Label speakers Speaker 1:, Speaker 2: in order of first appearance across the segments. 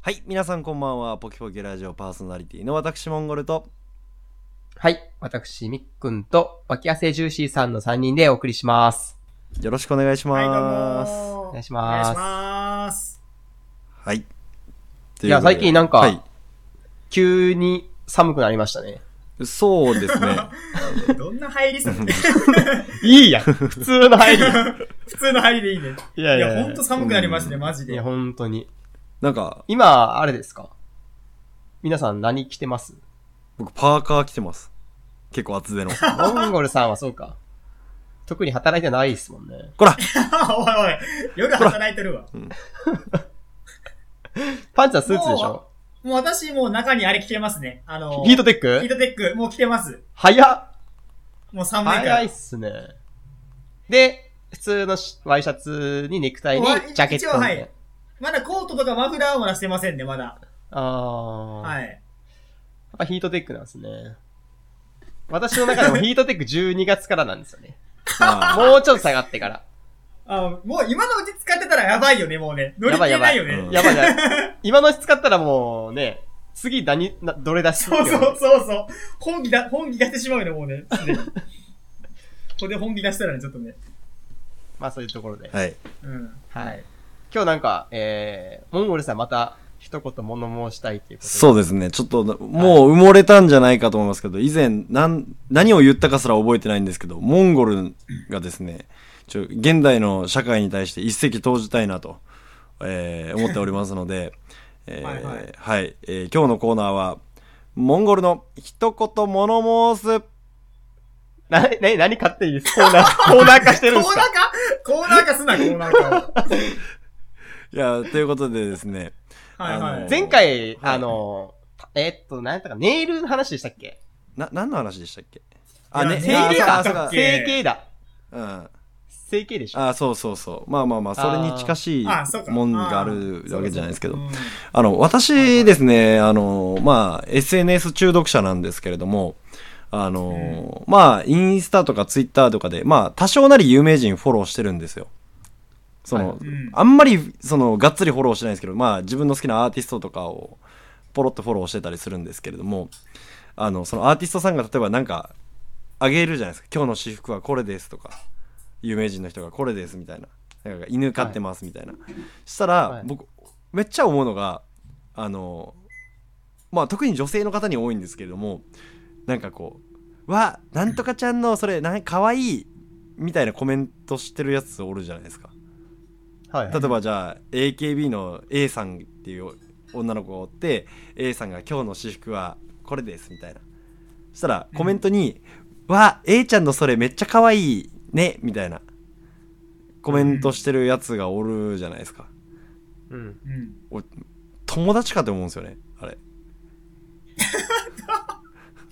Speaker 1: はい皆さんこんばんはポキポキラジオパーソナリティの私モンゴルと
Speaker 2: はい。私、みっくんと、脇汗ジューシーさんの3人でお送りします。
Speaker 1: よろしくお願いし
Speaker 3: はい、どう
Speaker 1: ます、
Speaker 3: もー
Speaker 2: お
Speaker 3: お
Speaker 2: 願
Speaker 3: 願
Speaker 2: い
Speaker 3: い
Speaker 2: し
Speaker 3: し
Speaker 2: ます
Speaker 3: ます。
Speaker 1: はいということで
Speaker 2: いや最近なんか
Speaker 1: はい
Speaker 2: 急に寒くなりましたね。
Speaker 1: そうですね
Speaker 3: どんな入り する
Speaker 2: いいやん 普通の入り。
Speaker 3: 普通の入りでいいね。
Speaker 2: い
Speaker 3: いや、ほんと寒くなりますね、
Speaker 1: うん
Speaker 3: マジ
Speaker 2: い
Speaker 3: で
Speaker 2: や、。本当に。
Speaker 1: なんか
Speaker 2: 今、あれですか皆さん何着てます
Speaker 1: 僕パーカー着てます結構 厚手の
Speaker 2: モンゴルさんはそうか。特に働いてないですもんね。
Speaker 1: こら
Speaker 3: おいおい、 夜働いてるわ。
Speaker 2: パンツはスーツでしょ
Speaker 3: もう私もう中にあれ着てますね。あの、
Speaker 2: ヒートテッ
Speaker 3: ヒ
Speaker 2: ク
Speaker 3: ートテック、もう着てます。
Speaker 2: 早っ
Speaker 3: もう3年
Speaker 2: 早い
Speaker 3: 間
Speaker 2: っ。すね。で、普通のしワイシャツにネクタイに
Speaker 3: おい
Speaker 2: ジャケットみたいな。
Speaker 3: 一応はいまだコートとかマフラーも出してませんね、まだ。
Speaker 2: あー。
Speaker 3: はい。
Speaker 2: やっぱヒートテックなんですね。私の中でもヒートテック12月からなんですよね。
Speaker 1: まあ
Speaker 2: もうちょっと下がってから。
Speaker 3: あもう今のうち使ってたらやばいよね、もうね。乗り切れないよ
Speaker 1: やばい
Speaker 3: ね。
Speaker 2: やばいやばい。今のうち使ったらもうね、次何、などれ出し
Speaker 3: そうそうそうそう。本気だ、本気出してしまうよね、もうね。 すでにここで本気出したらね、ちょっとね。
Speaker 2: まあそういうところで。
Speaker 1: はい
Speaker 3: うん。
Speaker 2: はい。今日なんか、えー、モンゴルさんまた一言物申したいっていうことで。
Speaker 1: そうですね。ちょっと、もう埋もれたんじゃないかと思いますけど、以前、なん、何を言ったかすら覚えてないんですけど、モンゴルがですね、ちょ、現代の社会に対して一石投じたいなと、えー思っておりますので、えー
Speaker 3: はいはい
Speaker 1: はいえー今日のコーナーは、モンゴルの一言物申す。
Speaker 2: な、な、何勝手にコー ナー、コーナー化してるんです
Speaker 3: コーナー
Speaker 2: か
Speaker 3: かコーナー化すな、コーナー化
Speaker 1: いや、ということでですね、
Speaker 3: を。はい
Speaker 1: あの
Speaker 3: はい。
Speaker 2: 前回、
Speaker 1: はい
Speaker 2: あの、えーっと、何やったか、ネイルの話でしたっけ
Speaker 1: な、何の話でしたっけ
Speaker 3: いや
Speaker 1: ね
Speaker 3: 整
Speaker 2: 形だ
Speaker 1: あそうか
Speaker 3: っ
Speaker 1: そう
Speaker 3: け
Speaker 2: 整形だ。
Speaker 1: か
Speaker 2: 整形でし
Speaker 1: うん。
Speaker 2: ょ
Speaker 1: あ、そうそうそう。まあまあまあ、それに近しい
Speaker 3: あーあーそうか
Speaker 1: もんがあるわけじゃないですけど
Speaker 3: う、ん
Speaker 1: あの、私ですね、あの、まあ、SNS 中毒者なんですけれども、あの、まあ、インスタとかツイッターとかで、まあ、多少なり有名人フォローしてるんですよ。その、
Speaker 2: はい
Speaker 3: うん
Speaker 1: あんまり、その、がっつりフォローしてないんですけど、まあ、自分の好きなアーティストとかを、ポロッとフォローしてたりするんですけれども、あの、そのアーティストさんが例えばなんか、あげるじゃないですか。今日の私服はこれですとか、有名人の人がこれですみたいな。なんか犬飼ってますみたいな。したら、
Speaker 2: はい
Speaker 1: 僕、めっちゃ思うのが、あの、まあ特に女性の方に多いんですけれども、なんかこう、わ、なんとかちゃんのそれ、なんかわいいみたいなコメントしてるやつおるじゃないですか。
Speaker 2: はい
Speaker 1: 例えばじゃあ AKB の A さんっていう女の子がおって A さんが「今日の私服はこれです」みたいなそしたらコメントに「わ A ちゃんのそれめっちゃ可愛いね」みたいなコメントしてるやつがおるじゃないですか
Speaker 2: うん。
Speaker 3: うん
Speaker 1: 友達かと思うんですよねあれ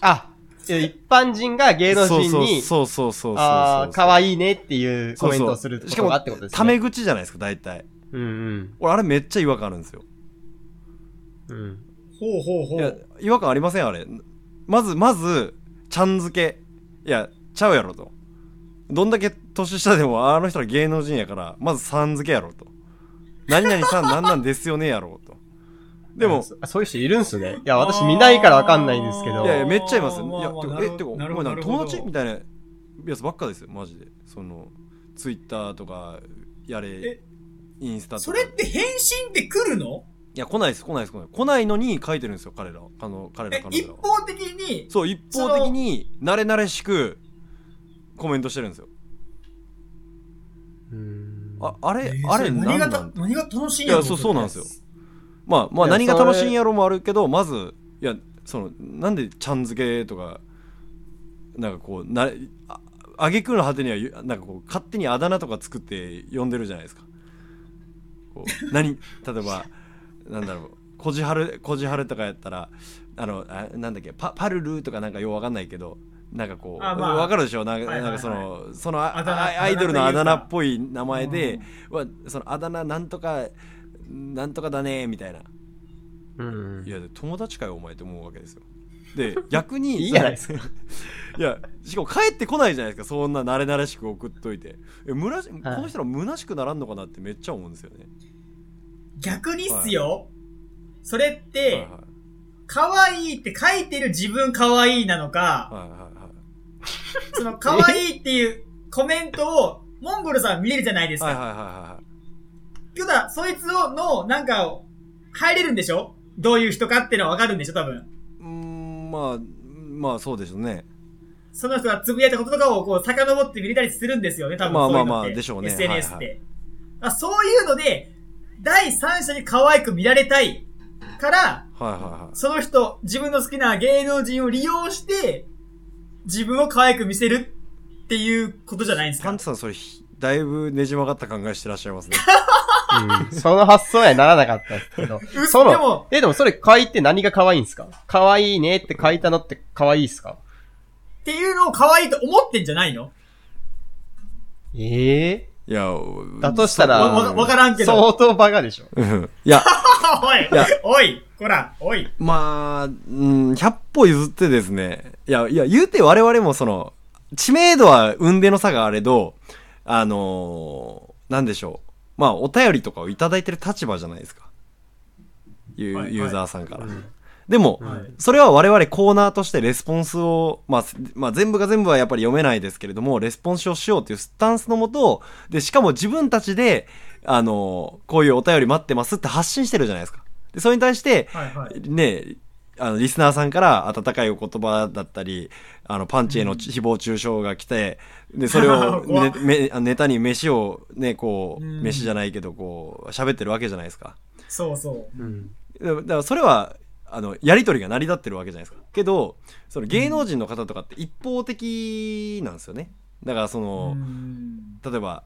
Speaker 2: あ、えー一般人が芸能人に、
Speaker 1: そうそうそうそうそうそう
Speaker 2: ああ、可
Speaker 1: い
Speaker 2: 愛いねっていうコメントをする
Speaker 1: そうそ
Speaker 2: こ
Speaker 1: うしか
Speaker 2: と
Speaker 1: も
Speaker 2: があってことですね。
Speaker 1: タメ口じゃないですか大体
Speaker 2: うんうん。
Speaker 1: 俺あれめっちゃ違和感あるんですよ
Speaker 2: うん。
Speaker 3: ほうほうほ
Speaker 1: いや
Speaker 3: う。
Speaker 1: 違和感ありませんあれまずまずちゃんづけいやちゃうやろとどんだけ年下でもあの人は芸能人やからまずさんづけやろと何々さんなんなんですよねやろとでも
Speaker 2: そ、そういう人いるんすね。いや、私見ないからわかんないんですけ
Speaker 3: あ
Speaker 2: ど。
Speaker 3: ー
Speaker 1: いやいやめっちゃいますい
Speaker 3: まあまあ
Speaker 1: や
Speaker 3: な
Speaker 1: て
Speaker 3: る
Speaker 1: か
Speaker 3: ほ
Speaker 1: えてかお
Speaker 3: な
Speaker 1: 前
Speaker 3: るほど
Speaker 1: なんか
Speaker 3: なる
Speaker 1: 友
Speaker 3: ほど
Speaker 1: 達みたいなやつばっかですよマジでそのツイッターとかやれ
Speaker 3: え
Speaker 1: インスタとか
Speaker 3: それって返信って来るの
Speaker 1: いや来ないです来ないです来ない来ないのに書いてるんですよ彼らあの彼ら
Speaker 3: え、
Speaker 1: 彼
Speaker 3: 一
Speaker 1: らは
Speaker 3: 方的に、
Speaker 1: そう一方的に慣れ慣れしくコメントしてるんですよ
Speaker 2: うーん
Speaker 1: あ、あれ、
Speaker 3: えー
Speaker 1: あ
Speaker 3: そ
Speaker 1: れ何
Speaker 3: 何
Speaker 1: な
Speaker 3: が
Speaker 1: ん
Speaker 3: た何が楽しいん
Speaker 1: いやそうそうなんですよまあまあ
Speaker 2: いや
Speaker 1: 何が
Speaker 2: それ
Speaker 1: 楽しいんやろもあるけどまずいやそのなんでちゃん付けとかなんかこうなああげくの果てにはゆなんかこう勝手にあだ名とか作って呼んでるじゃないですかこ う何例えばなんだろうこじはるこじはるとかやったらあのあなんだっけパパルルとかなんかようわかんないけどなんかこう、
Speaker 3: あまあ
Speaker 1: わかるでしょなんか,、
Speaker 3: はいは
Speaker 1: な
Speaker 3: いはい
Speaker 1: んかそのそのあ
Speaker 3: あだ名
Speaker 1: あアイドルのあ
Speaker 3: あ
Speaker 1: だ名
Speaker 3: だ名
Speaker 1: っぽい名前で、
Speaker 3: うん
Speaker 1: はそのあだ名なんとかなんとかだねみたいな
Speaker 2: うんうん。
Speaker 1: いや友達かよお前って思うわけですよ で逆に
Speaker 2: いいじゃないですか。
Speaker 1: いやしかも帰ってこないじゃないですかそんな慣れ慣れしく送っといてえむらしこ
Speaker 2: はい
Speaker 1: の人ら虚しくならんのかなってめっちゃ思うんですよね
Speaker 3: 逆にっすよ。それっ
Speaker 1: はいはい
Speaker 3: て、可愛いって書いてる自分可愛いなのか、
Speaker 1: はいはいはい
Speaker 3: その可愛いっていうコメントを、モンゴルさん見れるじゃないです
Speaker 1: はいはい
Speaker 3: か。
Speaker 1: はいはい
Speaker 3: けどだ、そいつを、の、なんかを、入れるんでしょどういう人かっていうのはわかるんでしょ多分。
Speaker 1: うーんまあまあそうでしょうね
Speaker 3: その人がつぶやいたこととかをこう遡って見れたりするんですよね、多分
Speaker 1: まあ
Speaker 3: そういうのって。
Speaker 1: まあまあでしょうね
Speaker 3: SNS っ
Speaker 1: はいは
Speaker 3: て。あそういうので、第三者に可愛く見られたいから、
Speaker 1: はいはいはい
Speaker 3: その人、自分の好きな芸能人を利用して、自分を可愛く見せるっていうことじゃないんです
Speaker 1: パ
Speaker 3: か
Speaker 1: ンツさんそれひだいぶねじ曲がった考えしてらっしゃい ますね
Speaker 2: うんその発想にはならなかったんですけど
Speaker 3: うっ。
Speaker 2: そ
Speaker 3: で
Speaker 2: の
Speaker 3: も、
Speaker 2: え、でもそれ書いて何が可愛いんですか可愛いねって書いたのって可愛いですか
Speaker 3: っていうのを可愛いと思ってんじゃないの
Speaker 2: ええ
Speaker 1: いや
Speaker 2: だとしたら
Speaker 3: わ
Speaker 2: あー
Speaker 3: わわからんけど。
Speaker 2: 相当バカでしょ。
Speaker 1: うんいや
Speaker 3: おい
Speaker 1: いや、
Speaker 3: おい、こら、おい。
Speaker 1: まあうん100歩譲ってですねいやいや言うて我々もその知名度は運での差があれどあのーなんでしょうまあお便りとかをいただいてる立場じゃないですかユ,、
Speaker 3: はいはい
Speaker 1: ユーザーさんから、でも、
Speaker 3: はい
Speaker 1: それは我々コーナーとしてレスポンスを、まあ、すまあ全部が全部はやっぱり読めないですけれども、レスポンスをしようというスタンスのもと、で、しかも自分たちで、あの、こういうお便り待ってますって発信してるじゃないですか。で、それに対して、
Speaker 3: はいはい。
Speaker 1: ね、あの、リスナーさんから温かいお言葉だったり、あの、パンチへのち誹謗中傷が来て、で、それを
Speaker 3: 怖
Speaker 1: ね
Speaker 3: っ
Speaker 1: めあのネタに飯をね、こう、
Speaker 3: うん
Speaker 1: 飯じゃないけど、こう、喋ってるわけじゃないですか。
Speaker 3: そうそう。
Speaker 2: うん。
Speaker 1: だだからそれはあのやり取りが成り立ってるわけじゃないですかけどその芸能人の方とかって一方的なんですよねだからそうの、
Speaker 3: ん
Speaker 1: 例えば、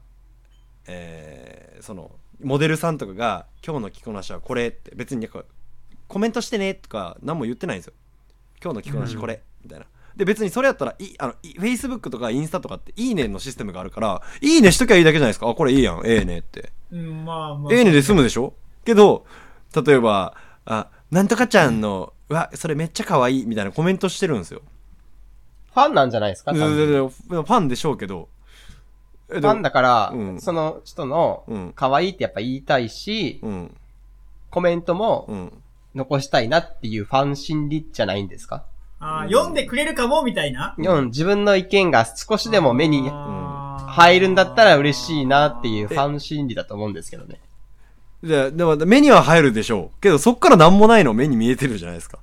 Speaker 1: えーそのモデルさんとかが「今日の着こなしはこれ」って別になんかコメントしてねとか何も言ってないんですよ「今日の着こなしこれ」みたいなで別にそれやったらいあのい Facebook とかインスタとかって「いいね」のシステムがあるから「いいね」しときゃいいだけじゃないですか「あこれいいやんええね」って
Speaker 3: うん、まあまあ。
Speaker 1: ええねで済むでしょけど、例えば、あ、なんとかちゃんの、うわ、それめっちゃ可愛いみたいなコメントしてるんですよ。
Speaker 2: ファンなんじゃないですか
Speaker 1: で
Speaker 2: 多
Speaker 1: で
Speaker 2: 分
Speaker 1: でファンでしょうけど。え
Speaker 2: ファン。だから、
Speaker 1: うん
Speaker 2: その人の
Speaker 1: うん、
Speaker 2: 可愛いってやっぱ言いたいし
Speaker 1: で、もうん。
Speaker 2: コメントも
Speaker 1: うん。
Speaker 2: 残したいなっていうファン心理じゃないんですか
Speaker 3: あー読んでくれるかも、みたいな。
Speaker 2: うん、自分の意見が少しでも目に
Speaker 3: あー
Speaker 2: 入るんだったら嬉しいなっていうファン心理だと思うんですけどね。
Speaker 1: で、でも目には入るでしょう。けど、そっからなんもないの目に見えてるじゃないですか。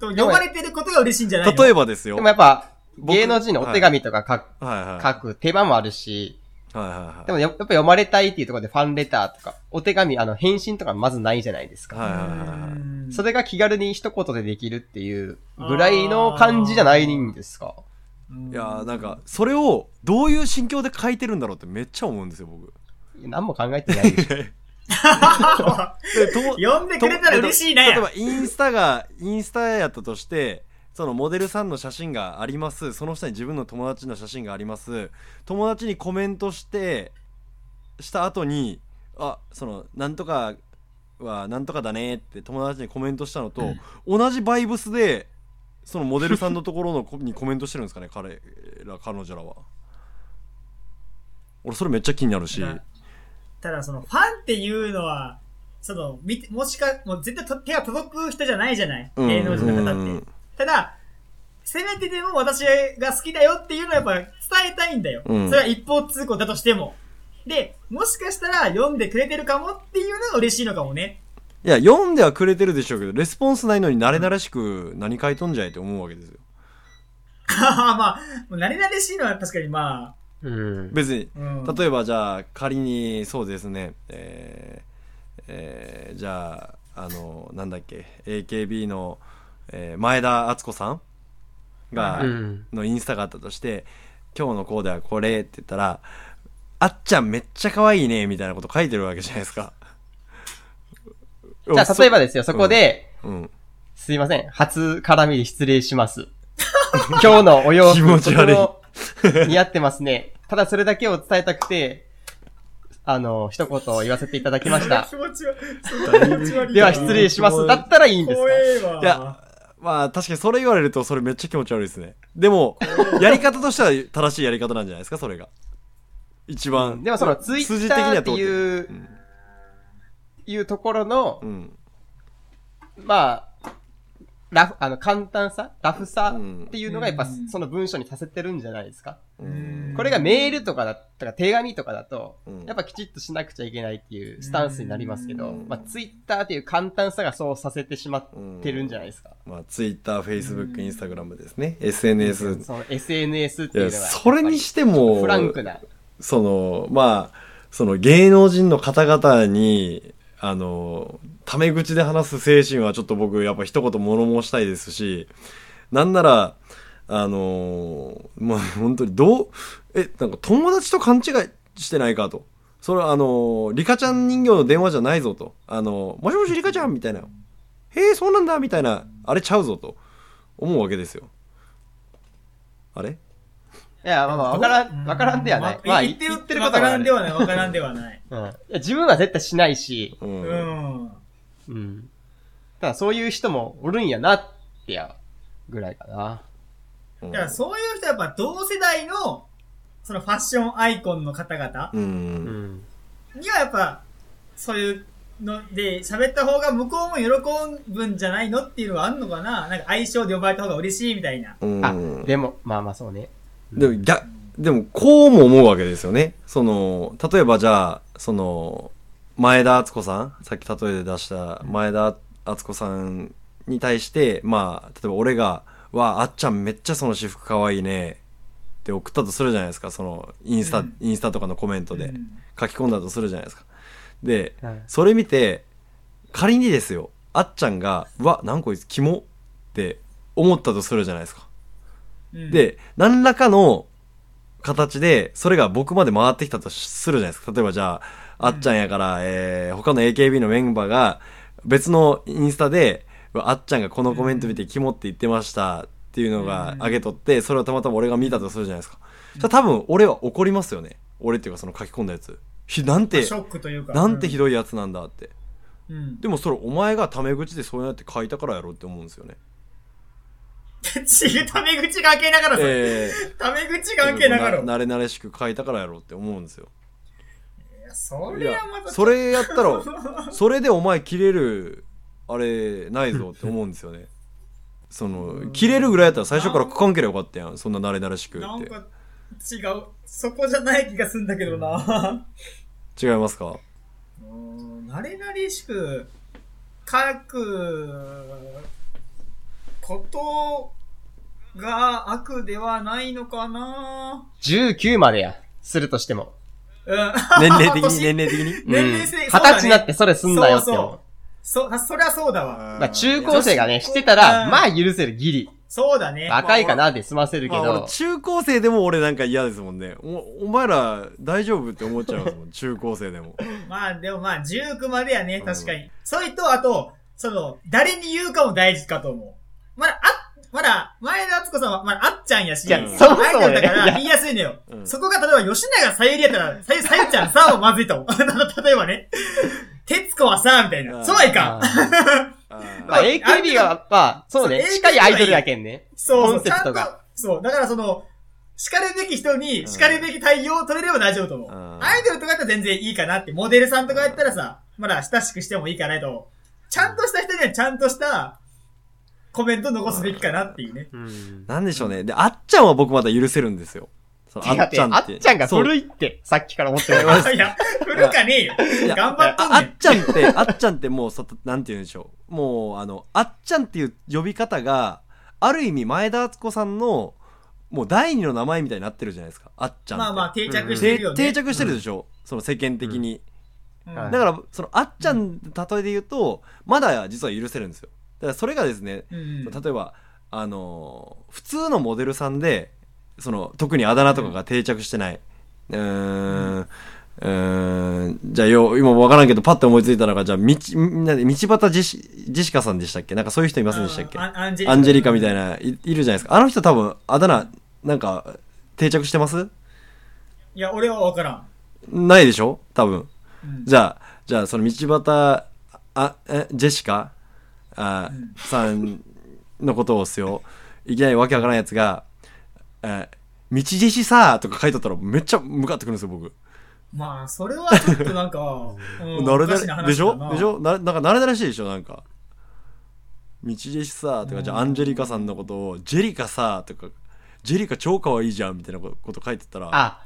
Speaker 3: と読まれてることが嬉しいんじゃないの
Speaker 1: 例え
Speaker 3: ば。
Speaker 1: ばですよ。はい
Speaker 2: でもやっぱ、
Speaker 1: 僕
Speaker 2: 芸能人のお手紙とか書く
Speaker 1: はい。
Speaker 2: 書く手間もあるし、
Speaker 1: はいはいはい。
Speaker 2: でもややっぱ読まれたいっていうところでファンレターとか、お手紙、あの、返信とかまずないじゃないですか。
Speaker 1: はいはいはいうはい。
Speaker 3: ん
Speaker 2: それが気軽に一言でできるっていうぐらいの感じじゃないんですか。
Speaker 3: うん
Speaker 1: いやーなんか、それをどういう心境で書いてるんだろうってめっちゃ思うんですよ、僕。
Speaker 2: いや何も考え てないでしょ。
Speaker 1: でとも
Speaker 3: 読んでくれたら嬉しいな
Speaker 1: 例え
Speaker 3: や。
Speaker 1: ばインスタがインスタやったとしてそのモデルさんの写真がありますその下に自分の友達の写真があります友達にコメントしてした後にあそのなんとかはなんとかだねって友達にコメントしたのと、同じバイブスでそのモデルさんのところのこ にコメントしてるんですかね彼ら彼女らは俺それめっちゃ気になるし、
Speaker 3: なんかただそのファンっていうのは、その、見て、もしか、もう絶対と手が届く人じゃないじゃない
Speaker 1: うん
Speaker 3: 芸能人の
Speaker 1: う
Speaker 3: 方っ
Speaker 1: ん
Speaker 3: て。ただ、せめてでも私が好きだよっていうのはやっぱ伝えたいんだよ。
Speaker 1: うん
Speaker 3: それは一方通行だとしても。で、もしかしたら読んでくれてるかもっていうのが嬉しいのかもね。
Speaker 1: いや、読んではくれてるでしょうけど、レスポンスないのに慣れ慣れしく何書いとんじゃいって思うわけですよ。
Speaker 3: まあまあ、もう慣れ慣れしいのは確かにま
Speaker 2: うん。
Speaker 1: 別に、
Speaker 3: あ、うん。
Speaker 1: 例えばじゃあ仮にそうですね、えーえーじゃあ、あの、なんだっけ、AKB の、えー前田敦子さんが、
Speaker 2: うん。
Speaker 1: のインスタがあったとして、今日のコーデはこれって言ったら、あっちゃんめっちゃ可愛いね、みたいなこと書いてるわけじゃないですか。
Speaker 2: じゃあ、例えばですよ、そこで、
Speaker 1: うん。
Speaker 2: すいません、初絡みで失礼します。 今日のお洋服、
Speaker 1: 気持ち悪い
Speaker 2: とても似合ってますね。ただそれだけを伝えたくて、あの、一言言わせていただきました
Speaker 3: 気。持ち悪い。 その気持ち悪いな。
Speaker 2: では失礼しま
Speaker 1: う
Speaker 2: す。
Speaker 1: ん
Speaker 2: だったらいいんですか
Speaker 3: 怖えわ。
Speaker 1: いや、まあ確かにそれ言われるとそれめっちゃ気持ち悪いですね。でも、やり方としては正しいやり方なんじゃないですか、それが。一番。
Speaker 2: でもそのツイッターっていう、
Speaker 1: うん。
Speaker 2: いうところの
Speaker 1: うん。
Speaker 2: まあ、ラフ、あの、簡単さ、ラフさ
Speaker 1: うん
Speaker 2: っていうのがやっぱ
Speaker 3: うん
Speaker 2: その文章にさせてるんじゃないですか。
Speaker 1: うん
Speaker 2: これがメールとかだったら手紙とかだと
Speaker 1: うん、
Speaker 2: やっぱきちっとしなくちゃいけないっていうスタンスになりますけど、
Speaker 1: うん
Speaker 2: まあ、ツイッターっていう簡単さがそうさせてしまってるんじゃないですか。
Speaker 1: まあ、ツイッター、フェイスブック、インスタグラムですね。SNS。
Speaker 2: その SNS っ
Speaker 1: い
Speaker 2: ていう
Speaker 1: や、
Speaker 2: のが。
Speaker 1: それにしても、
Speaker 2: フランクな。
Speaker 1: その、まあ、その芸能人の方々に、あの、タメ口で話す精神はちょっと僕、やっぱ一言物申したいですし、なんなら、あの、まあ、本当に、どう、え、なんか友達と勘違いしてないかと。それはあの、リカちゃん人形の電話じゃないぞと。あの、もしもしリカちゃんみたいな。へえ、そうなんだみたいな、あれちゃうぞと思うわけですよ。あれ
Speaker 2: いや、まあまあ、わからん、わからんではない。まあ、
Speaker 3: 言ってる
Speaker 2: 言
Speaker 3: っ
Speaker 2: って
Speaker 3: て
Speaker 2: る
Speaker 3: る
Speaker 2: こ
Speaker 3: ことと
Speaker 2: が
Speaker 3: わから
Speaker 2: あ
Speaker 3: んで
Speaker 2: る。
Speaker 3: はない、わからんではない。
Speaker 2: うんいや自分は絶対しないし、
Speaker 1: うん
Speaker 3: うん。
Speaker 2: うん。ただそういう人もおるんやなってや、ぐらいかな。
Speaker 1: うん
Speaker 3: だからそういう人はやっぱ同世代の、そのファッションアイコンの方々
Speaker 1: う。
Speaker 2: うんん。
Speaker 3: にはやっぱ、そういうので喋った方が向こうも喜ぶんじゃないのっていうのはあんのかななんか相性で呼ばれた方が嬉しいみたいな。
Speaker 1: うん。
Speaker 2: あ、でも、まあまあそうね。
Speaker 1: でも、逆、でも、こうも思うわけですよね。その、例えばじゃあ、その、前田敦子さんさっき例えで出した前田敦子さんに対して、まあ、例えば俺が、わあ、あっちゃんめっちゃその私服かわいいね。って送ったとするじゃないですか。その、インスタ、
Speaker 3: うん
Speaker 1: インスタとかのコメントで
Speaker 3: うん
Speaker 1: 書き込んだとするじゃないですか。で、
Speaker 2: はい
Speaker 1: それ見て、仮にですよ、あっちゃんが、うわ、なんこいつ、キモって思ったとするじゃないですか。
Speaker 3: うん、
Speaker 1: で、何らかの形で、それが僕まで回ってきたとするじゃないですか。例えばじゃあ、あっちゃんやから、えー、他の AKB のメンバーが、別のインスタで、うわあっちゃんがこのコメント見てキモって言ってましたっていうのが
Speaker 3: うん
Speaker 1: 上げとって、それをたまたま俺が見たとするじゃないですか。じゃあ多分俺は怒りますよね。俺っていうかその書き込んだやつ。ひ、なんて
Speaker 3: シ、ョックというか。
Speaker 1: なんてひどいやつなんだって。
Speaker 3: うん。うん
Speaker 1: でもそれお前がタメ口でそうやって書いたからやろって思うんですよ ね。
Speaker 3: 違う、タメ口関係ながらさ、
Speaker 1: えー
Speaker 3: タメ口関係ながら。い
Speaker 1: 慣れ慣れしく書いたからやろって思うんですよ。
Speaker 3: や、そ
Speaker 1: い
Speaker 3: れ
Speaker 1: や
Speaker 3: はまた、
Speaker 1: それやった らそれでお前切れるあれないぞって思うんですよねその切れるぐらいやったら最初から書かんければよかったやんそんな慣れ慣れしく
Speaker 3: な
Speaker 1: っ
Speaker 3: ん
Speaker 1: て
Speaker 3: か違う、そこじゃない気がするんだけどな。
Speaker 1: 違いますか
Speaker 3: うん、慣れ慣れしく書くことが悪ではないのかな
Speaker 2: 19までや、するとしても。
Speaker 3: うん。
Speaker 1: 年齢的に年
Speaker 3: 年
Speaker 1: 齢的に
Speaker 3: 年齢制
Speaker 2: うん
Speaker 3: そう
Speaker 2: 二十
Speaker 3: だね
Speaker 2: 歳になってそれすんなよって思う。
Speaker 3: そうそう。 そ、そりゃそうだわ。
Speaker 2: まあ中高生がね、してたら、
Speaker 3: うん
Speaker 2: まあ許せるギリ。
Speaker 3: そうだね。
Speaker 2: 若いかなで済ませるけ
Speaker 1: まあ俺
Speaker 2: ど。
Speaker 1: 中高生でも俺なんか嫌ですもんねおお前ら大丈夫って思っちゃいますもん中高生で も
Speaker 3: まあでもまあ、19までやね、
Speaker 1: ん
Speaker 3: 確かに。それと、あと、その、誰に言うかも大事かと思う。まだ、あ、まだ、前田敦子さんは、まだ、あっちゃんやし、
Speaker 2: いや
Speaker 3: 前
Speaker 2: そもそもね
Speaker 3: 田だか
Speaker 2: い
Speaker 3: ら
Speaker 2: や
Speaker 3: 言いやすいのよ。
Speaker 1: うん
Speaker 3: そこが、例えば、吉永さゆりやったら、さゆ、さゆちゃんさあもまずいと思う。 例えばね、徹子はさあみたい
Speaker 1: あ
Speaker 3: な。
Speaker 1: ー
Speaker 3: そうはいか
Speaker 2: ま
Speaker 3: ん。
Speaker 1: あ
Speaker 2: あ、
Speaker 1: ー
Speaker 3: え
Speaker 2: AKB は、まあ、そうね、
Speaker 3: そう
Speaker 2: しっかりアイドルやけんね。
Speaker 3: そうそ
Speaker 2: コ
Speaker 3: う、
Speaker 2: ンセ
Speaker 3: ちゃ
Speaker 2: プ
Speaker 3: ん
Speaker 2: ト
Speaker 3: と
Speaker 2: が。、
Speaker 3: そう、だからその、叱るべき人に叱るべき対応を取れれば大丈夫と思う。
Speaker 1: うん
Speaker 3: アイドルとかやったら全然いいかなって、モデルさんとかやったらさ、まだ親しくしてもいいかなと、ちゃんとした人にはちゃんとしたコメント残すべきかなっていうね。
Speaker 2: うん。
Speaker 1: なんでしょうねであっちゃんは僕まだ許せるんですよその
Speaker 2: あっちゃんあっちゃんが
Speaker 1: そう
Speaker 2: 古いって、さっきから思ってる。
Speaker 3: いや、古かねえよ。
Speaker 1: いや
Speaker 3: 頑張っとんね
Speaker 1: ああっ
Speaker 3: ん。
Speaker 1: ちゃんって、あっちゃんってもうそ、なんて言うんでしょう。もう、あの、あっちゃんっていう呼び方が、ある意味前田敦子さんの、もう第二の名前みたいになってるじゃないですか。あっちゃんって。
Speaker 3: まあまあ定着して
Speaker 1: て
Speaker 3: るよね。
Speaker 1: 定着してるでしょ、その世間的に。
Speaker 3: うん。
Speaker 2: はい
Speaker 1: だから、そのあっちゃんの例えで言うと、まだ実は許せるんですよ。だからそれがですね、
Speaker 3: うん。
Speaker 1: 例えば、あのー普通のモデルさんで、その、特にあだ名とかが定着してない。うーん、うーん、じゃあよ、今わからんけど、パッと思いついたのが、じゃあ、みち、んなんで道端ジェシジェシカさんでしたっけなんかそういう人いませんでしたっけ
Speaker 3: あアンジェリカ
Speaker 1: アンジェリカみたいない、いるじゃないですか。あの人多分、あだ名、なんか、定着してます
Speaker 3: いや、俺はわからん。
Speaker 1: ないでしょ多分。
Speaker 3: うん
Speaker 1: じゃあ、じゃあ、その道端、あ、え、ジェシカあ、さんのことをっすよ。いきなりわけわからんやつが、え、道ジェシさーとか書いとったらめっちゃ向かってくるんですよ、僕。
Speaker 3: まあ、それは ちょっとなんか、うん
Speaker 1: 慣れ
Speaker 3: おかしな
Speaker 1: 慣れ、
Speaker 3: 話
Speaker 1: でし
Speaker 3: だ
Speaker 1: ょ
Speaker 3: な
Speaker 1: でしょな、なんか慣れ慣れしいでしょなんか。道弟子さとかじゃあアンジェリカさんのことをジェリカさとかジェリカ超可愛いじゃんみたいなこと書いてたら
Speaker 2: あ、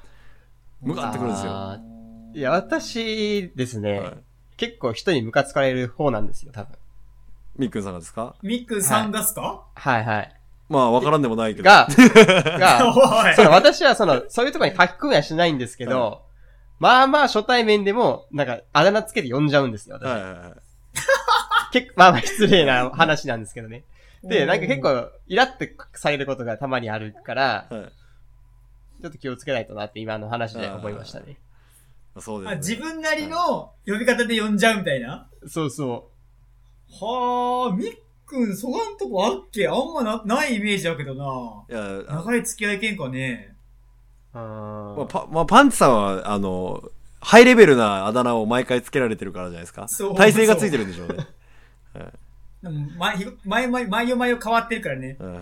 Speaker 1: ムカってくるんですよ、はい
Speaker 2: あーいや、私ですね、
Speaker 1: はい
Speaker 2: 結構人にムカつかれる方なんですよ、多分。
Speaker 1: みっくんさんがですか
Speaker 3: ミックさんがっすか、
Speaker 2: はいはい。
Speaker 1: まあわからんでもないけど
Speaker 2: が、が、
Speaker 3: おい
Speaker 2: その私はその、そういうところに書き込みはしないんですけど、まあまあ初対面でも、なんか、あだ名つけて呼んじゃうんですよ、私。
Speaker 1: はいはいはい
Speaker 2: 結構、 まあまあ失礼な話なんですけどね。
Speaker 3: う
Speaker 2: で、
Speaker 3: ん
Speaker 2: なんか結構、イラってされることがたまにあるから、
Speaker 1: はいま
Speaker 2: ちょっと気をつけないとなって今の話で思いましたね。
Speaker 1: あそう
Speaker 3: あ
Speaker 1: です
Speaker 3: 自
Speaker 1: ね
Speaker 3: 分なりの呼び方で呼んじゃうみたいな。
Speaker 2: そうそ
Speaker 3: はあ、みっくん、そがんとこあっけあんまなないイメージだけど
Speaker 1: いや
Speaker 3: な。
Speaker 1: あ
Speaker 3: 長い付き合い喧嘩ね。
Speaker 2: う。うーん
Speaker 1: まあパまあ、パンツさんはあのハイレベルなあだ名を毎回つけられてるからじゃないですか
Speaker 3: そう
Speaker 1: 体勢がついてるんでしょうね
Speaker 3: でも毎、毎、毎、毎夜毎夜変わってるからね。
Speaker 1: うん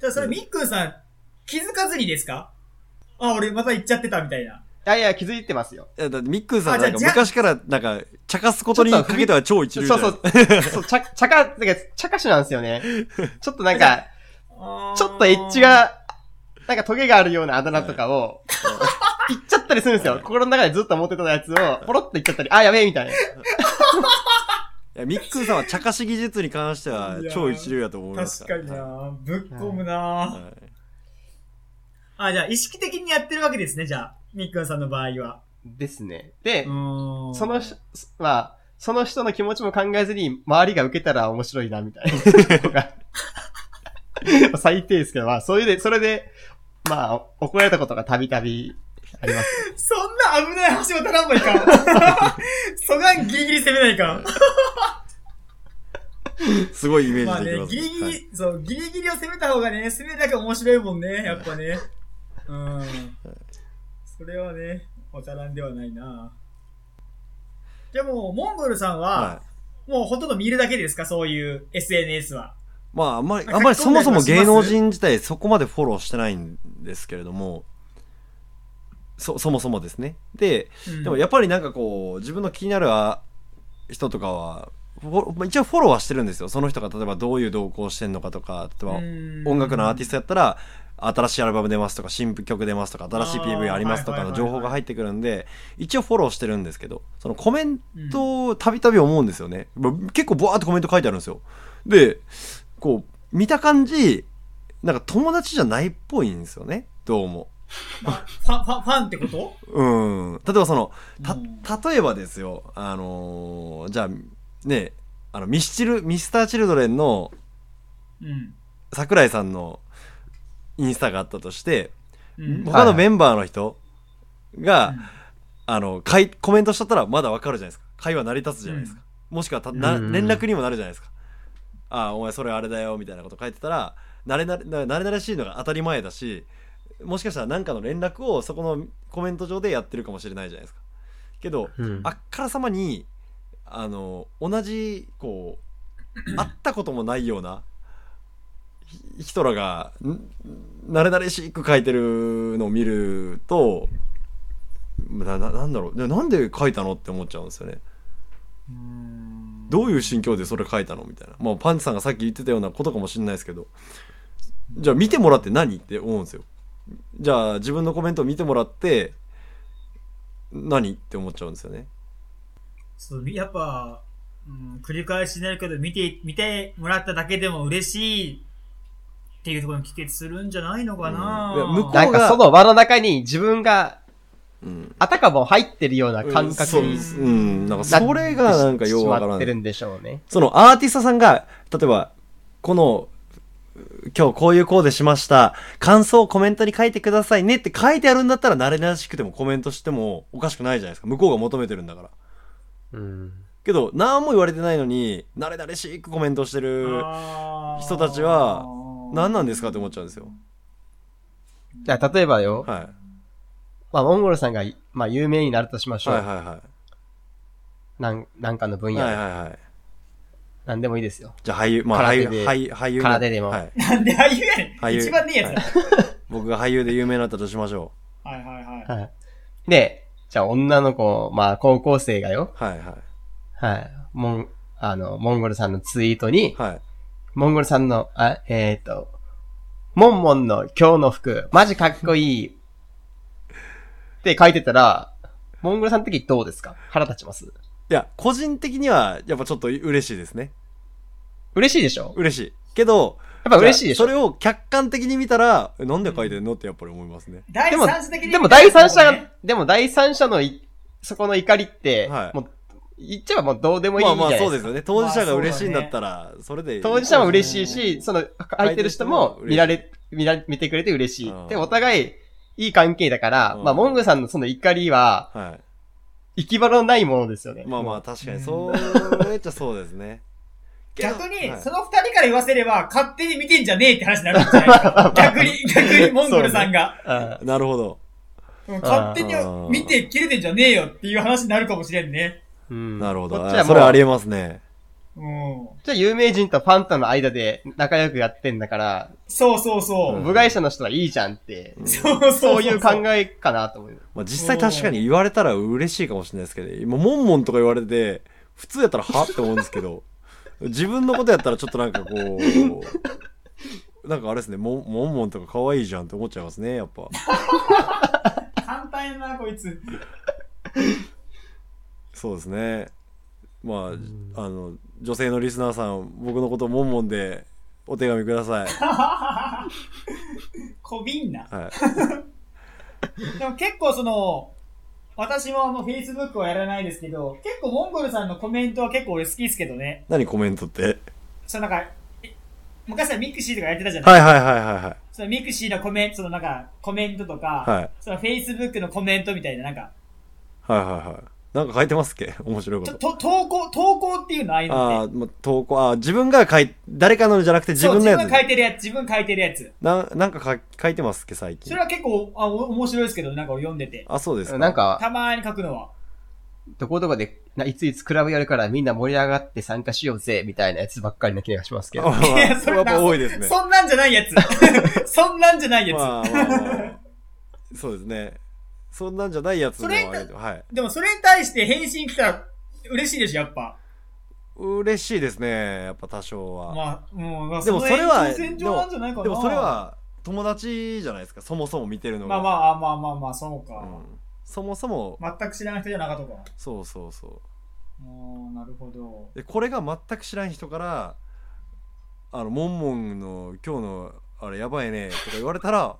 Speaker 3: ただそれみっくんさん、気づかずにですかあ、俺また行っちゃってたみたいな。
Speaker 2: いやいや、気づいてますよ。
Speaker 1: いやだってミックンさん
Speaker 3: あじ
Speaker 1: な
Speaker 3: ゃあ
Speaker 1: んか
Speaker 3: じゃあ
Speaker 1: 昔からなんか茶化すことにかけては超一
Speaker 2: そ
Speaker 1: 流
Speaker 2: う
Speaker 1: じゃない
Speaker 2: そ
Speaker 1: ですか。
Speaker 2: うそう、ちゃ、ちゃか、てか、ちゃかしなんですよね。ちょっとなんか、
Speaker 3: あー
Speaker 2: ちょっとエッジ。が、なんかトゲがあるようなあだ名とかを、 言っちゃったりするんですよ。心の中でずっと思ってたやつを、ポロッと言っちゃったり、あ、やべえ、みたいな。
Speaker 1: いやミックンさんは茶化し技術に関してはい
Speaker 3: やー
Speaker 1: 超一流やと思います
Speaker 3: 確
Speaker 1: か。
Speaker 3: からになぶっ込む
Speaker 1: は
Speaker 3: ないあ、じゃあ意識的にやってるわけですね、じゃあ。みっくんさんの場合は。
Speaker 2: ですね。で、
Speaker 3: うん。
Speaker 2: そのし、まあ、その人の気持ちも考えずに、周りが受けたら面白いな、みたい なとか。最低ですけど、まあ、そういうで、それで、まあ、怒られたことがたびたびあります。
Speaker 3: そんな危ない橋渡らんばいか ん。そがんギリギリ攻めないかん。
Speaker 1: すごいイメ
Speaker 3: まあ
Speaker 1: ージでき
Speaker 3: ね
Speaker 1: ま、すね。は
Speaker 3: ギリギリ、
Speaker 1: い
Speaker 3: そう、ギリギリを攻めた方がね、攻めるだけ面白いもんね、やっぱね。うん。それはね、わからんではないな。じゃあもう、モンゴルさんは、
Speaker 1: はい
Speaker 3: もうほとんど見るだけですか、そういう SNS は。
Speaker 1: まああんまり、
Speaker 3: まあ
Speaker 1: あんまりそもそも
Speaker 3: 書き込ん
Speaker 1: 芸
Speaker 3: だりはしま
Speaker 1: 能
Speaker 3: す
Speaker 1: 人自体そこまでフォローしてないんですけれども、そ、そもそもですね。で、
Speaker 3: うん
Speaker 1: でもやっぱりなんかこう、自分の気になるあ人とかは、フォローまあ一応フォローはしてるんですよ。その人が例えばどういう動向をしてんのかとか、例えば音楽のアーティストやったら新しいアルバム出ますとか新曲出ますとか新しい
Speaker 3: あー
Speaker 1: PV ありますとかの情報が入ってくるんで一応フォローしてるんですけどそのコメントをたびたび思うんですよねまあ結構ボワーっとコメント書いてあるんですよでこう見た感じなんか友達じゃないっぽいんですよねどうも
Speaker 3: まあファン、ファン、ファンってこと
Speaker 1: うん例えばその
Speaker 3: うん
Speaker 1: た例えばですよあのーじゃあねあのミスチルミスターチルドレンの
Speaker 3: うん。
Speaker 1: 桜井さんのインスタがあったとして
Speaker 3: うん。
Speaker 1: 他のメンバーの人が、あの、かい、コメントしちゃったらまだわかるじゃないですか。会話成り立つじゃないですか。もしくはた、な、
Speaker 2: うん
Speaker 1: 連絡にもなるじゃないですか。ああ、お前それあれだよ、みたいなこと書いてたら、慣れなれ、慣れ慣れしいのが当たり前だし、もしかしたら何かの連絡をそこのコメント上でやってるかもしれないじゃないですか。けど、
Speaker 2: うん
Speaker 1: あっからさまに、あの、同じ、こう、 会ったこともないような、ひ人らが、ん慣れ慣れしく書いてるのを見ると、な、ななんだろう。でなんで書いたのって思っちゃうんですよね。
Speaker 3: うん
Speaker 1: どういう心境でそれ書いたのみたいな。まあ、パンチさんがさっき言ってたようなことかもしれないですけど、じゃあ見てもらって何って思うんですよ。じゃあ自分のコメントを見てもらって、何って思っちゃうんですよね。
Speaker 3: そう、やっぱ、うん、繰り返しになるけど、見て、見てもらっただけでも嬉しいっていうところに帰結するんじゃないのかな、
Speaker 1: うんいや向こう
Speaker 2: なんかその輪の中に自分が、
Speaker 1: うん。
Speaker 2: あたかも入ってるような感
Speaker 1: そ
Speaker 2: 覚
Speaker 1: う
Speaker 2: に
Speaker 1: ですうん。なんかそれがなんかようわから
Speaker 2: な
Speaker 1: な
Speaker 2: ってしまって
Speaker 1: い
Speaker 2: る。んでしょうね。
Speaker 1: そのアーティストさんが、例えば、この、今日こういうコーデしました。感想をコメントに書いてくださいねって書いてあるんだったら慣れなしくてもコメントしてもおかしくないじゃないですか。向こうが求めてるんだから。
Speaker 2: うん。
Speaker 1: けど、何も言われてないのに、慣れ慣れしくコメントしてる
Speaker 3: あー
Speaker 1: 人たちは、何なんですかって思っちゃうんですよ。
Speaker 2: じゃあ、例えばよ、
Speaker 1: は
Speaker 2: まあ、モンゴルさんが、まあ、有名になるとしまし
Speaker 1: い。
Speaker 2: ょう。
Speaker 1: はいはいは
Speaker 2: なん、なんかの分
Speaker 1: い。
Speaker 2: 野。
Speaker 1: はいはいはい。
Speaker 2: なんでもいいですよ。
Speaker 1: じゃあ俳優、まあ
Speaker 2: 空
Speaker 1: 俳優、
Speaker 2: 手で
Speaker 1: 俳優、俳優に。
Speaker 2: 空手でも
Speaker 1: はい。
Speaker 3: なんで俳優やね
Speaker 1: 俳
Speaker 3: ん
Speaker 1: 優
Speaker 3: 一番ねえやつだ。
Speaker 1: 僕が俳優で有名になったとしましょ
Speaker 3: はいはいはい。
Speaker 2: はい。で、じゃあ、女の子、まあ、高校生がよ、
Speaker 1: う。はいはい。
Speaker 2: はい。もん、あの、モンゴルさんのツイートに、
Speaker 1: はい。
Speaker 2: モンゴルさんの、あ、えっ、と、モンモンの今日の服、マジかっこいい。って書いてたら、モンゴルさんの時どうですか腹立ちま
Speaker 1: い
Speaker 2: す
Speaker 1: や、個人的には、やっぱちょっと嬉しいですね。
Speaker 2: 嬉しいでしょ
Speaker 1: 嬉しい。けど、
Speaker 2: やっぱ嬉しいでしょ
Speaker 1: それを客観的に見たら、えなんで書いてんのってやっぱり思いますね。
Speaker 3: 第
Speaker 2: でも
Speaker 3: 三者的に
Speaker 2: でも第三者が、でも第三者のい、そこの怒りって、
Speaker 1: はい
Speaker 2: もう、言っちゃえばもうどうでもいい
Speaker 1: ま
Speaker 2: じゃ
Speaker 1: あ
Speaker 2: な
Speaker 1: ま
Speaker 2: い
Speaker 1: あ
Speaker 2: ですか。
Speaker 1: そうですよね。当事者
Speaker 3: ま
Speaker 1: が
Speaker 3: あ
Speaker 1: 嬉しいんだったら、それで。
Speaker 2: 当事者も嬉しい
Speaker 3: そう
Speaker 2: し、その、入ってる人も見られ、見られ、見てくれて嬉しい。
Speaker 1: うん
Speaker 2: で、お互い、いい関係だから、
Speaker 1: うん
Speaker 2: まあ、モンゴルさんのその怒りは、
Speaker 1: は
Speaker 2: 行き場のないものですよね。
Speaker 1: い。まあまあ
Speaker 2: も
Speaker 1: 確かに、そうめっちゃそうですね。けど
Speaker 3: 逆に、
Speaker 1: はい
Speaker 3: その二人から言わせれば、勝手に見てんじゃねえって話になるんじゃないです か逆に、逆にモンゴルさんが。
Speaker 2: う。うん
Speaker 1: なるほど。
Speaker 3: もう勝手に見て切れてんじゃねえよっていう話になるかもしれんね。
Speaker 2: うん
Speaker 1: なるほど。
Speaker 2: こ
Speaker 1: あ
Speaker 2: っちは
Speaker 1: そ
Speaker 2: もう、
Speaker 1: れあ
Speaker 2: こ
Speaker 1: りえますね。
Speaker 3: うん。
Speaker 2: っちは有名人とファンとの間で仲良くやってんだから、
Speaker 3: そうそうそう。
Speaker 2: 部外者の人はいいじゃんって、
Speaker 3: そうそう
Speaker 2: そういう考えかなと思う。
Speaker 1: まあ、実際確かに言われたら嬉しいかもしれないですけど、今、モンモンとか言われて、普通やったらはって思うんですけど、 自分のことやったらちょっとなんかこう、なんかあれですね、モンモンモンとか可愛いじゃんって思っちゃいますね、やっぱ。
Speaker 3: 簡単やな、こいつ。
Speaker 1: そうですね。まあ、あの、女性のリスナーさん、僕のことモンモンでお手紙ください。
Speaker 3: こびんな。
Speaker 1: はい。
Speaker 3: でも結構その、私もあの、Facebook はやらないですけど、結構モンゴルさんのコメントは結構俺好きですけどね。
Speaker 1: 何コメントって。
Speaker 3: そのなんか、え昔はミクシーとかやってたじゃな
Speaker 1: は
Speaker 3: い
Speaker 1: いはいはいはいはい。
Speaker 3: そのミクシーのコメント、そのなんか、コメントとか、
Speaker 1: はい
Speaker 3: その Facebook のコメントみたいな、なんか、
Speaker 1: はいはいはい。なんか書いてますっけ面白いこ
Speaker 3: ちょ
Speaker 1: と。
Speaker 3: と投稿、投稿っていうのああいう
Speaker 1: あ
Speaker 3: のっ
Speaker 1: あ、
Speaker 3: て。
Speaker 1: まあ、投稿、ああ、自分が書い、誰かのじゃなくて自
Speaker 3: そう
Speaker 1: 分のやつ
Speaker 3: 自分が。書いてるやつ、自分が書いてるやつ。
Speaker 1: ななんかか書いてますっけ最
Speaker 3: そ
Speaker 1: 近
Speaker 3: れは結構、あ、お面白いですけど、なんか俺読んでて。
Speaker 1: あそうですか
Speaker 2: なんか、
Speaker 3: たまーに書くのは。
Speaker 2: どこどこで、ないついつクラブやるからみんな盛り上がって参加しようぜ、みたいなやつばっかりな気がしますけ
Speaker 1: あ
Speaker 2: ど。
Speaker 1: まあまあ
Speaker 3: いやそれ
Speaker 1: やっぱ多いですね
Speaker 3: そんなんじゃないやつ。 そんなんじゃないやつ。
Speaker 1: まあまあまあそうですねそんなんじゃないやつもあ
Speaker 3: それ
Speaker 1: げてはい
Speaker 3: でもそれに対して返信来たら嬉しいでしょ、やっぱ。
Speaker 1: 嬉しいですねやっぱ多少は、
Speaker 3: まあ、うん、まあ、
Speaker 1: でもそれは
Speaker 3: の延長線上なんじゃないかな。
Speaker 1: でもそれ、は友達じゃないですかそもそも見てるの
Speaker 3: ま
Speaker 1: が
Speaker 3: あまあ、まあまあまあ、そうか。
Speaker 1: うんそもそも
Speaker 3: 全く知らない人じゃなかったか。
Speaker 1: そうそうそ
Speaker 3: うん、なるほど
Speaker 1: う。でこれが全く知らん人から「あのモンモンの今日のあれやばいね」とか言われた ら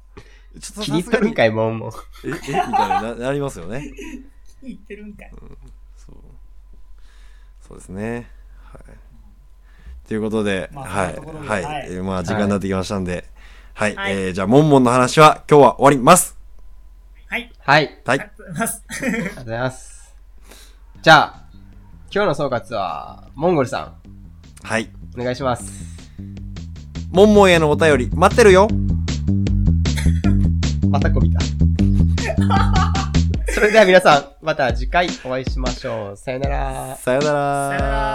Speaker 1: ちょっと
Speaker 2: 気に入っとるんか
Speaker 1: い
Speaker 2: い、もんもん。
Speaker 1: ええみたいなな なりますよね
Speaker 3: 言ってるんかい。
Speaker 1: そうそうですね。はい。ということで、
Speaker 3: まあ
Speaker 1: はい、
Speaker 3: そんなところで
Speaker 1: はい、
Speaker 3: はい
Speaker 1: えーまあ、時
Speaker 2: は
Speaker 1: 間
Speaker 2: い
Speaker 1: になってきましたんで、はい、
Speaker 3: はい
Speaker 1: えーじゃあ、モンモンの話は今日は終わります。
Speaker 3: はい、
Speaker 2: はい、あり
Speaker 1: はい
Speaker 3: ありが、とうございます。
Speaker 2: がとうございます。じゃあ、今日の総括は、モンゴルさん、
Speaker 1: はい。
Speaker 2: お願いします。
Speaker 1: モンモンへのお便り、待ってるよ
Speaker 2: またこびた。それでは皆さん、また次回お会いしましょう。さよなら。
Speaker 1: さよなら
Speaker 3: さよなら